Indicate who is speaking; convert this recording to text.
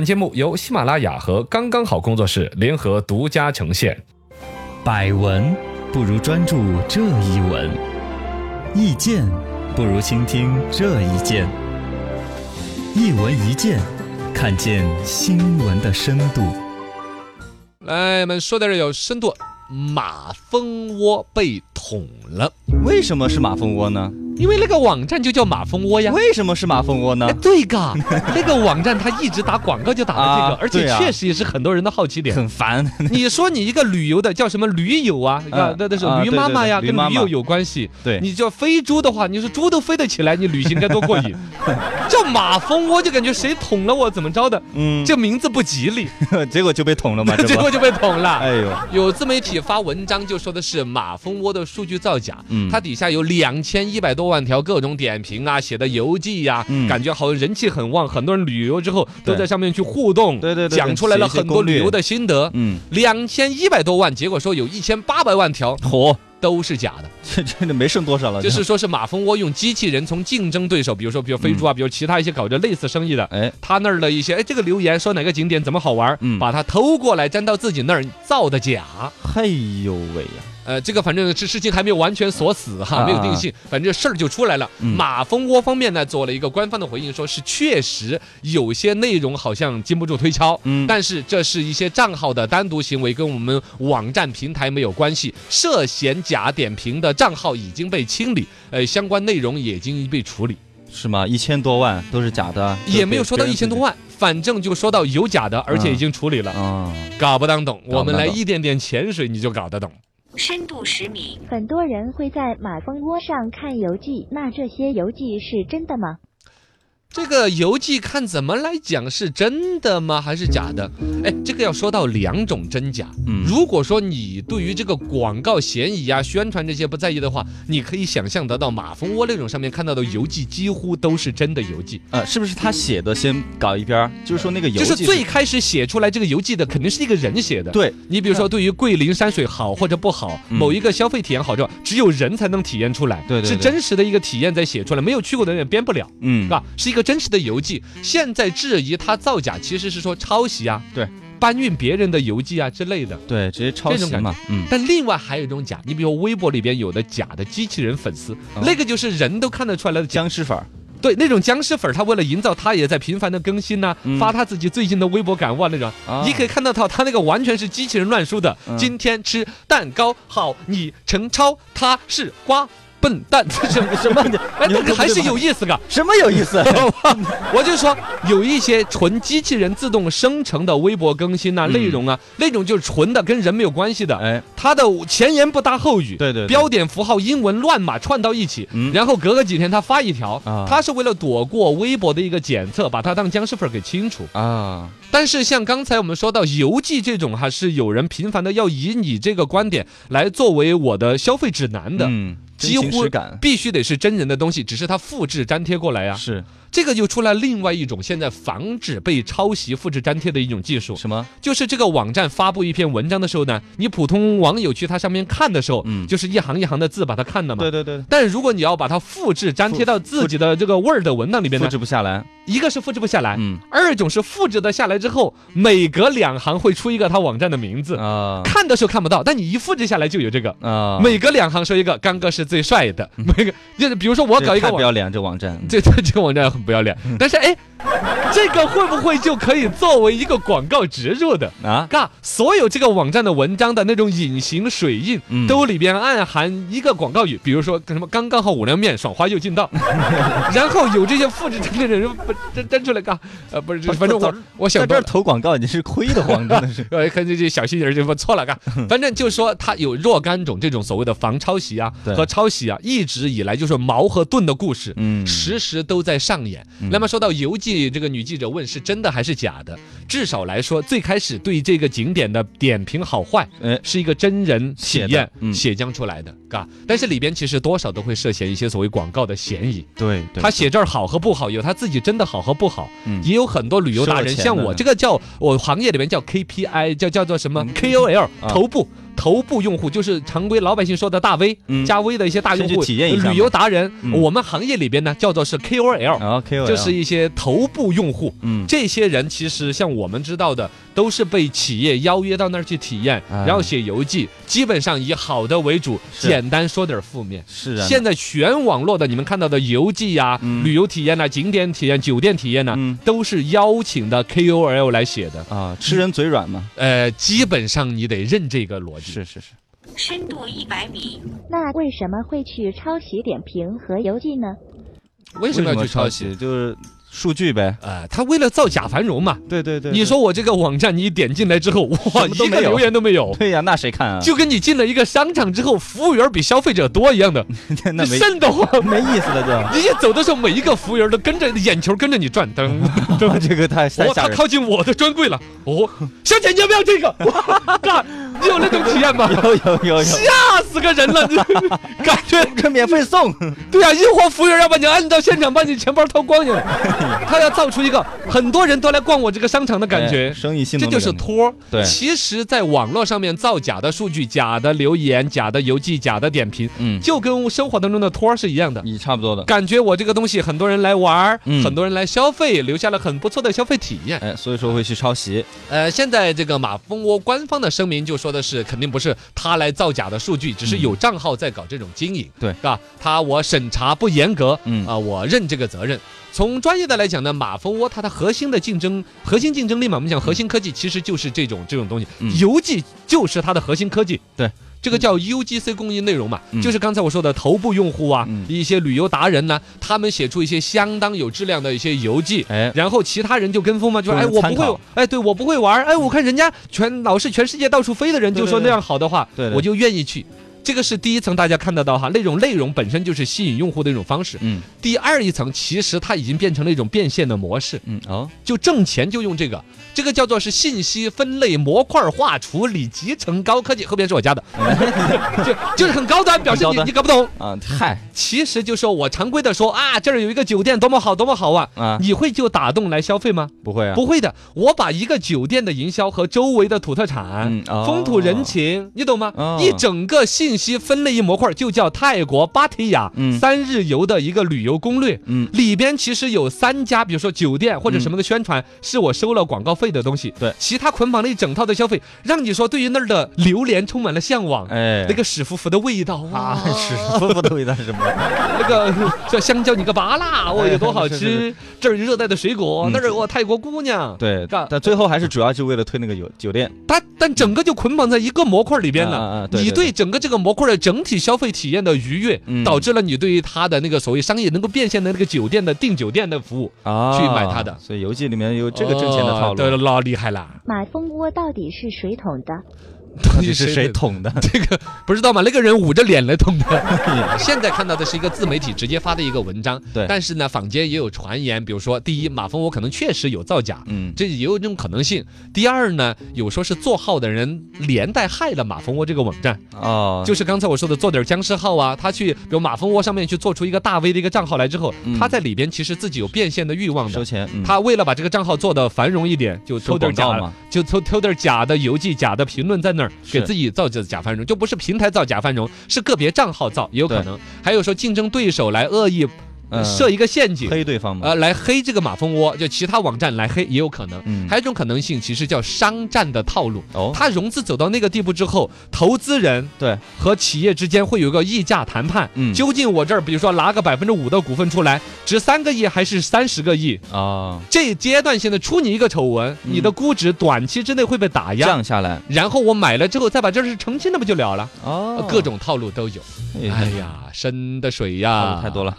Speaker 1: 本节目由喜马拉雅和刚刚好工作室联合独家呈现。
Speaker 2: 百闻不如专注这一闻，意见不如倾听这一见。一闻一见，看见新闻的深度。
Speaker 1: 来，我们说点有深度。马蜂窝被捅了，
Speaker 2: 为什么是马蜂窝呢？
Speaker 1: 因为那个网站就叫马蜂窝呀。
Speaker 2: 为什么是马蜂窝呢
Speaker 1: 哎，？对嘎，那个网站它一直打广告就打了这个，
Speaker 2: 啊
Speaker 1: 而且
Speaker 2: 对啊
Speaker 1: 确实也是很多人的好奇点。
Speaker 2: 很烦。
Speaker 1: 你说你一个旅游的叫什么驴友啊？啊，那那是
Speaker 2: 啊
Speaker 1: 驴妈妈呀，
Speaker 2: 对对对驴
Speaker 1: 跟
Speaker 2: 妈妈
Speaker 1: 驴友有关系。
Speaker 2: 对
Speaker 1: 你叫飞猪的话，你说猪都飞得起来，你旅行该多过 瘾。叫马蜂窝就感觉谁捅了我怎么着的，
Speaker 2: 嗯，
Speaker 1: 这名字不吉利，
Speaker 2: 结果就被捅了嘛，
Speaker 1: 结
Speaker 2: 这不
Speaker 1: 果。就被捅了。
Speaker 2: 哎呦，
Speaker 1: 有自媒体发文章就说的是马蜂窝的数据造假，
Speaker 2: 嗯
Speaker 1: 它底下有两千一百多万条各种点评啊，写的游记呀、
Speaker 2: 嗯
Speaker 1: 感觉好像人气很旺，很多人旅游之后都
Speaker 2: 对
Speaker 1: 在上面去互动，
Speaker 2: 对对对对
Speaker 1: 讲出来了很多旅游的心得，
Speaker 2: 嗯，
Speaker 1: 两千一百多万，结果说有一千八百万条
Speaker 2: 火，
Speaker 1: 都是假的，
Speaker 2: 这这这没剩多少了。
Speaker 1: 就是说是马蜂窝用机器人从竞争对手，比如
Speaker 2: 嗯
Speaker 1: 说比如飞猪啊，比如其他一些搞着类似生意的。
Speaker 2: 哎，
Speaker 1: 他那儿的一些哎，这个留言说哪个景点怎么好玩，
Speaker 2: 嗯
Speaker 1: 把它偷过来粘到自己那儿造的假，
Speaker 2: 嘿呦喂呀，
Speaker 1: 呃，这个反正是事情还没有完全锁死哈，
Speaker 2: 啊
Speaker 1: 没有定性，反正事儿就出来了。
Speaker 2: 嗯
Speaker 1: 马蜂窝方面呢做了一个官方的回应，说是确实有些内容好像经不住推敲，
Speaker 2: 嗯
Speaker 1: 但是这是一些账号的单独行为，跟我们网站平台没有关系。涉嫌假点评的账号已经被清理，呃，相关内容也已经被处理，
Speaker 2: 是吗？一千多万都是假的，
Speaker 1: 也没有说到一千多万，反正就说到有假的，而且已经处理了，
Speaker 2: 啊。
Speaker 1: 搞不当懂。
Speaker 2: 搞不当懂
Speaker 1: 我们来一点点潜水，你就搞得懂。
Speaker 3: 深度十米，
Speaker 4: 很多人会在马蜂窝上看游记，那这些游记是真的吗？
Speaker 1: 这个游记看怎么来讲是真的吗？还是假的？哎，这个要说到两种真假。
Speaker 2: 嗯
Speaker 1: 如果说你对于这个广告嫌疑啊、宣传这些不在意的话，你可以想象得到马蜂窝那种上面看到的游记几乎都是真的游记，
Speaker 2: 呃，是不是他写的先搞一边儿？就是说那个嗯游
Speaker 1: 就
Speaker 2: 记
Speaker 1: 是最开始写出来这个游记的肯定是一个人写的。。
Speaker 2: 对，
Speaker 1: 你比如说，对于桂林山水好或者不好，
Speaker 2: 嗯
Speaker 1: 某一个消费体验好之后，只有人才能体验出来，
Speaker 2: 对对
Speaker 1: 是
Speaker 2: 对
Speaker 1: 真实的一个体验在写出来，没有去过的人也编不了。
Speaker 2: 嗯
Speaker 1: 是，吧？啊是一个真实的游记。现在质疑他造假，其实是说抄袭啊，
Speaker 2: 对，
Speaker 1: 搬运别人的游记啊之类的。
Speaker 2: 对，直接抄
Speaker 1: 这种
Speaker 2: 袭
Speaker 1: 感
Speaker 2: 嘛，嗯，
Speaker 1: 但另外还有一种假，你比如微博里边有的假的机器人粉丝，
Speaker 2: 哦
Speaker 1: 那个就是人都看得出来的假。
Speaker 2: 僵尸粉儿，
Speaker 1: 对，那种僵尸粉儿，他为了营造，他也在频繁的更新呐、啊
Speaker 2: 嗯
Speaker 1: 发他自己最近的微博感悟啊那种。
Speaker 2: 啊
Speaker 1: 你可以看得到他那个完全是机器人乱输的。
Speaker 2: 嗯
Speaker 1: 今天吃蛋糕好，你陈超他是瓜笨蛋， 什么什么？哎，
Speaker 2: 你
Speaker 1: 那
Speaker 2: 们
Speaker 1: 个还
Speaker 2: 不
Speaker 1: 是
Speaker 2: 对吧
Speaker 1: 有意思的。
Speaker 2: 什么有意思？
Speaker 1: 我就说有一些纯机器人自动生成的微博更新呐、
Speaker 2: 嗯
Speaker 1: 内容啊，那种就是纯的，跟人没有关系的。
Speaker 2: 哎，
Speaker 1: 它的前言不搭后语，
Speaker 2: 对对对
Speaker 1: 标点符号、英文乱码串到一起，
Speaker 2: 嗯
Speaker 1: 然后隔个几天他发一条
Speaker 2: 啊，
Speaker 1: 他是为了躲过微博的一个检测，把它当僵尸粉儿给清除。
Speaker 2: 啊，
Speaker 1: 但是像刚才我们说到邮寄这种哈，是有人频繁的要以你这个观点来作为我的消费指南的，
Speaker 2: 嗯，真
Speaker 1: 几
Speaker 2: 情
Speaker 1: 乎
Speaker 2: 实感
Speaker 1: 必须得是真人的东西，只是它复制粘贴过来啊呀、
Speaker 2: 是
Speaker 1: 这个就出来另外一种现在防止被抄袭、复制、粘贴的一种技术，
Speaker 2: 什么？
Speaker 1: 就是这个网站发布一篇文章的时候呢，你普通网友去它上面看的时候，
Speaker 2: 嗯
Speaker 1: 就是一行一行的字把它看了嘛。
Speaker 2: 对对对，
Speaker 1: 但如果你要把它复制粘贴到自己的这个 Word 的文档里边
Speaker 2: 复
Speaker 1: 呢，
Speaker 2: 制不下来，
Speaker 1: 一个是复制不下来，
Speaker 2: 嗯
Speaker 1: 二种是复制的下来之后，每隔两行会出一个它网站的名字，
Speaker 2: 啊
Speaker 1: 看的时候看不到，但你一复制下来就有这个。
Speaker 2: 啊，
Speaker 1: 每隔两行说一个，刚哥是最帅的。每个就是比如说我
Speaker 2: 嗯这
Speaker 1: 搞一个
Speaker 2: 太
Speaker 1: 网
Speaker 2: 不要脸这网站，
Speaker 1: 这这这个网站很不要脸，
Speaker 2: 嗯
Speaker 1: 但是哎，这个会不会就可以作为一个广告植入的？
Speaker 2: 啊，
Speaker 1: 嘎，所有这个网站的文章的那种隐形水印，
Speaker 2: 嗯
Speaker 1: 都里边暗含一个广告语，比如说什么“刚刚好五粮面，爽花又 劲道”，然后有这些复制粘的人不粘粘出来嘎，呃，不是，
Speaker 2: 不是
Speaker 1: 反正我
Speaker 2: 早
Speaker 1: 我
Speaker 2: 在
Speaker 1: 想
Speaker 2: 这
Speaker 1: 多
Speaker 2: 儿
Speaker 1: 了。
Speaker 2: 投广告你是亏的慌，真的是
Speaker 1: 呃，看这这小心眼儿就不错了， 嘎。反正就说它有若干种这种所谓的防抄袭啊
Speaker 2: 对
Speaker 1: 和抄袭啊，一直以来就是矛和盾的故事。
Speaker 2: 嗯
Speaker 1: 时时都在上演。那么说到游记，这个女记者问是真的还是假的？至少来说，最开始对这个景点的点评好坏，
Speaker 2: 哎
Speaker 1: 是一个真人体
Speaker 2: 写的
Speaker 1: 验
Speaker 2: 嗯
Speaker 1: 写将出来的，嘎。但是里边其实多少都会涉嫌一些所谓广告的嫌疑。
Speaker 2: 对对，
Speaker 1: 他写这儿好和不好，有他自己真的好和不好，
Speaker 2: 嗯
Speaker 1: 也有很多旅游达人，
Speaker 2: 收了钱
Speaker 1: 像
Speaker 2: 的
Speaker 1: 我
Speaker 2: 呢
Speaker 3: 嗯
Speaker 1: 这个叫我行业里面叫 KPI，叫叫做什么 KOL
Speaker 2: 啊
Speaker 1: 头部。头部用户，就是常规老百姓说的大 V、
Speaker 3: 嗯
Speaker 1: 加 V 的一些大用
Speaker 3: 甚
Speaker 1: 户、
Speaker 3: 至体验一下嘛
Speaker 1: 旅游达人、
Speaker 3: 嗯
Speaker 1: 我们行业里边呢叫做是 KOL，、
Speaker 3: 啊 K O
Speaker 1: 就是一些头部用户。
Speaker 3: 嗯
Speaker 1: 这些人其实像我们知道的，都是被企业邀约到那儿去体验，
Speaker 3: 哎
Speaker 1: 然后写游记，基本上以好的为主，
Speaker 3: 是
Speaker 1: 简单说点负面。
Speaker 3: 是啊，
Speaker 1: 现在全网络的你们看到的游记呀、
Speaker 3: 嗯
Speaker 1: 旅游体验呐、景点体验、酒店体验呐、
Speaker 3: 嗯
Speaker 1: 都是邀请的 KOL 来写的。
Speaker 3: 啊吃人嘴软嘛，
Speaker 1: 呃，基本上你得认这个逻辑。
Speaker 3: 是是是，
Speaker 5: 深度一百米，
Speaker 4: 那为什么会去抄袭点评和游记呢？
Speaker 1: 为什么要去抄袭？
Speaker 3: 袭？就是数据呗，
Speaker 1: 呃，他为了造假繁荣嘛。
Speaker 3: 对对对，
Speaker 1: 你说我这个网站，你点进来之后，哇，
Speaker 3: 什么都
Speaker 1: 一
Speaker 3: 没
Speaker 1: 个
Speaker 3: 有
Speaker 1: 留言都没有
Speaker 3: 对，对呀，那谁看啊？
Speaker 1: 就跟你进了一个商场之后，服务员比消费者多一样的，
Speaker 3: 那没
Speaker 1: 瘆得慌。
Speaker 3: 没意思了，
Speaker 1: 你一走的时候，每一个服务员都跟着眼球跟着你转，噔，
Speaker 3: 这 这个太太
Speaker 1: 哦，他
Speaker 3: 吓人了。
Speaker 1: 靠近我的专柜了，哦， 小姐你要不要这个？哇，你有那种体 验吗？
Speaker 3: 有有有有，
Speaker 1: 吓死个人了， 你感觉
Speaker 3: 这免费送，
Speaker 1: 对啊，一伙服务员要把你按到现场，把你钱包掏光 去了。他要造出一个很多人都来逛我这个商场的感觉
Speaker 3: 哎。生意兴
Speaker 1: 这
Speaker 3: 隆的
Speaker 1: 就
Speaker 3: 感
Speaker 1: 是
Speaker 3: 觉，
Speaker 1: 托儿。
Speaker 3: 对
Speaker 1: 其实，在网络上面造假的数据、假的留言、假的邮寄、假的点评，
Speaker 3: 嗯，
Speaker 1: 就跟生活当中的托儿是一样的。
Speaker 3: 你差不多的，
Speaker 1: 感觉我这个东西很多人来玩儿，
Speaker 3: 嗯
Speaker 1: 很多人来消费，留下了很不错的消费体验。
Speaker 3: 哎，所以说会去抄袭，
Speaker 1: 呃，现在这个马蜂窝官方的声明就说的是，肯定不是他来造假的数据，只是有账号在搞这种经营，
Speaker 3: 嗯对
Speaker 1: 是吧？他我审查不严格，
Speaker 3: 嗯
Speaker 1: 啊、我认这个责任。从专业的来讲呢，马蜂窝它的核心的竞争核心竞争力嘛，我们讲核心科技其实就是这种这种东西，
Speaker 3: 嗯
Speaker 1: 邮寄就是它的核心科技，
Speaker 3: 对。
Speaker 1: 这个叫 UGC 供应内容嘛，
Speaker 3: 嗯
Speaker 1: 就是刚才我说的头部用户啊，
Speaker 3: 嗯
Speaker 1: 一些旅游达人呐、他们写出一些相当有质量的一些邮寄，
Speaker 3: 哎，
Speaker 1: 然后其他人就跟风嘛，就说
Speaker 3: 多
Speaker 1: 哎
Speaker 3: 人
Speaker 1: 我
Speaker 3: 参
Speaker 1: 不
Speaker 3: 考
Speaker 1: 会，哎对我不会玩儿，哎我看人家全老是全世界到处飞的人
Speaker 3: 对
Speaker 1: 就
Speaker 3: 对
Speaker 1: 说那
Speaker 3: 对
Speaker 1: 样好的话，
Speaker 3: 对对
Speaker 1: 我就愿意去。这个是第一层，大家看得到哈，那种内容本身就是吸引用户的一种方式。
Speaker 3: 嗯
Speaker 1: 第二一层，其实它已经变成了一种变现的模式，
Speaker 3: 嗯哦，
Speaker 1: 就挣钱就用这个，这个叫做是信息分类模块化处理集成高科技，后边是我 加的，就就是很高端，表示
Speaker 3: 很高
Speaker 1: 你
Speaker 3: 端
Speaker 1: 你搞不懂。
Speaker 3: 啊，嗨
Speaker 1: 其实就说我常规的说啊，这儿有一个酒店多么好多么好啊，
Speaker 3: 啊，
Speaker 1: 你会就打动来消费吗？
Speaker 3: 不会啊，
Speaker 1: 不会的，我把一个酒店的营销和周围的土特产、
Speaker 3: 嗯哦
Speaker 1: 风土人情，你懂吗？
Speaker 3: 哦
Speaker 1: 一整个信息分类一模块儿，就叫泰国芭提雅、
Speaker 3: 嗯
Speaker 1: 三日游的一个旅游攻略。
Speaker 3: 嗯
Speaker 1: 里边其实有三家，比如说酒店或者什么的宣传，是我收了广告费的东西。
Speaker 3: 对
Speaker 1: 其他捆绑了一整套的消费，让你说对于那儿的榴莲充满了向往。
Speaker 3: 哎，
Speaker 1: 那个屎乎乎的味道哇，
Speaker 3: 啊，是夫妇的味道是什么？
Speaker 1: 那个 叫香蕉，你个拔啦，哦，有多好
Speaker 3: 哎是是
Speaker 1: 吃！这儿有热带的水果，
Speaker 3: 嗯
Speaker 1: 那儿有我泰国姑娘，
Speaker 3: 对，
Speaker 1: 干
Speaker 3: 但最后还是主要就为了推那个酒酒店，
Speaker 1: 它但整个就捆绑在一个模块里边
Speaker 3: 啊啊
Speaker 1: 了
Speaker 3: 啊。对
Speaker 1: 你
Speaker 3: 对
Speaker 1: 对整个这个模块的整体消费体验的愉悦
Speaker 3: 嗯，
Speaker 1: 导致了你对于它的那个所谓商业能够变现的那个酒店的订酒店的服务，
Speaker 3: 啊
Speaker 1: 去买它的
Speaker 3: 所以游记里面有这个挣钱的套
Speaker 1: 哦对了，
Speaker 3: 路，
Speaker 1: 老厉害啦！
Speaker 4: 马蜂窝到底是谁捅的？
Speaker 1: 到
Speaker 3: 到底是谁？捅的？
Speaker 1: 这个不知道吗？那个人捂着脸来捅 的。现在看到的是一个自媒体直接发的一个文章，
Speaker 3: 对
Speaker 1: 但是呢，坊间也有传言，比如说，第一，马蜂窝可能确实有造假，
Speaker 3: 嗯，
Speaker 1: 这也有这种可能性。第二呢，有说是做号的人连带害了马蜂窝这个网站。
Speaker 3: 哦，
Speaker 1: 就是刚才我说的，做点僵尸号啊，他去比如马蜂窝上面去做出一个大 V 的一个账号来之后，
Speaker 3: 嗯
Speaker 1: 他在里边其实自己有变现的欲望
Speaker 3: 收
Speaker 1: 的。
Speaker 3: 钱，嗯
Speaker 1: 他为了把这个账号做的繁荣一点，就
Speaker 3: 收
Speaker 1: 偷点
Speaker 3: 广告
Speaker 1: 假
Speaker 3: 嘛，
Speaker 1: 就偷偷点假的邮寄、假的评论在那儿，
Speaker 3: 是
Speaker 1: 给自己造假假繁荣，就不是平台造假繁荣，是个别账号造也有可
Speaker 3: 对
Speaker 1: 能。还有说竞争对手来恶意
Speaker 3: 嗯
Speaker 1: 设一个陷阱，
Speaker 3: 黑对方嘛，
Speaker 1: 呃，来黑这个马蜂窝，就其他网站来黑也有可能。
Speaker 3: 嗯
Speaker 1: 还有一种可能性，其实叫商战的套路。
Speaker 3: 哦，
Speaker 1: 他融资走到那个地步之后，投资人
Speaker 3: 对
Speaker 1: 和企业之间会有一个议价谈判。
Speaker 3: 嗯
Speaker 1: 究竟我这儿比如说拿个百分之五的股份出来，值三个亿还是三十个亿？
Speaker 3: 啊，
Speaker 1: 这阶段性的出你一个丑闻，
Speaker 3: 嗯
Speaker 1: 你的估值短期之内会被打压。
Speaker 3: 降下来，
Speaker 1: 然后我买了之后再把这事澄清了，不就了了？
Speaker 3: 哦
Speaker 1: 各种套路都有。
Speaker 3: 哎
Speaker 1: 哎呀，深的水呀，
Speaker 3: 套路太多了。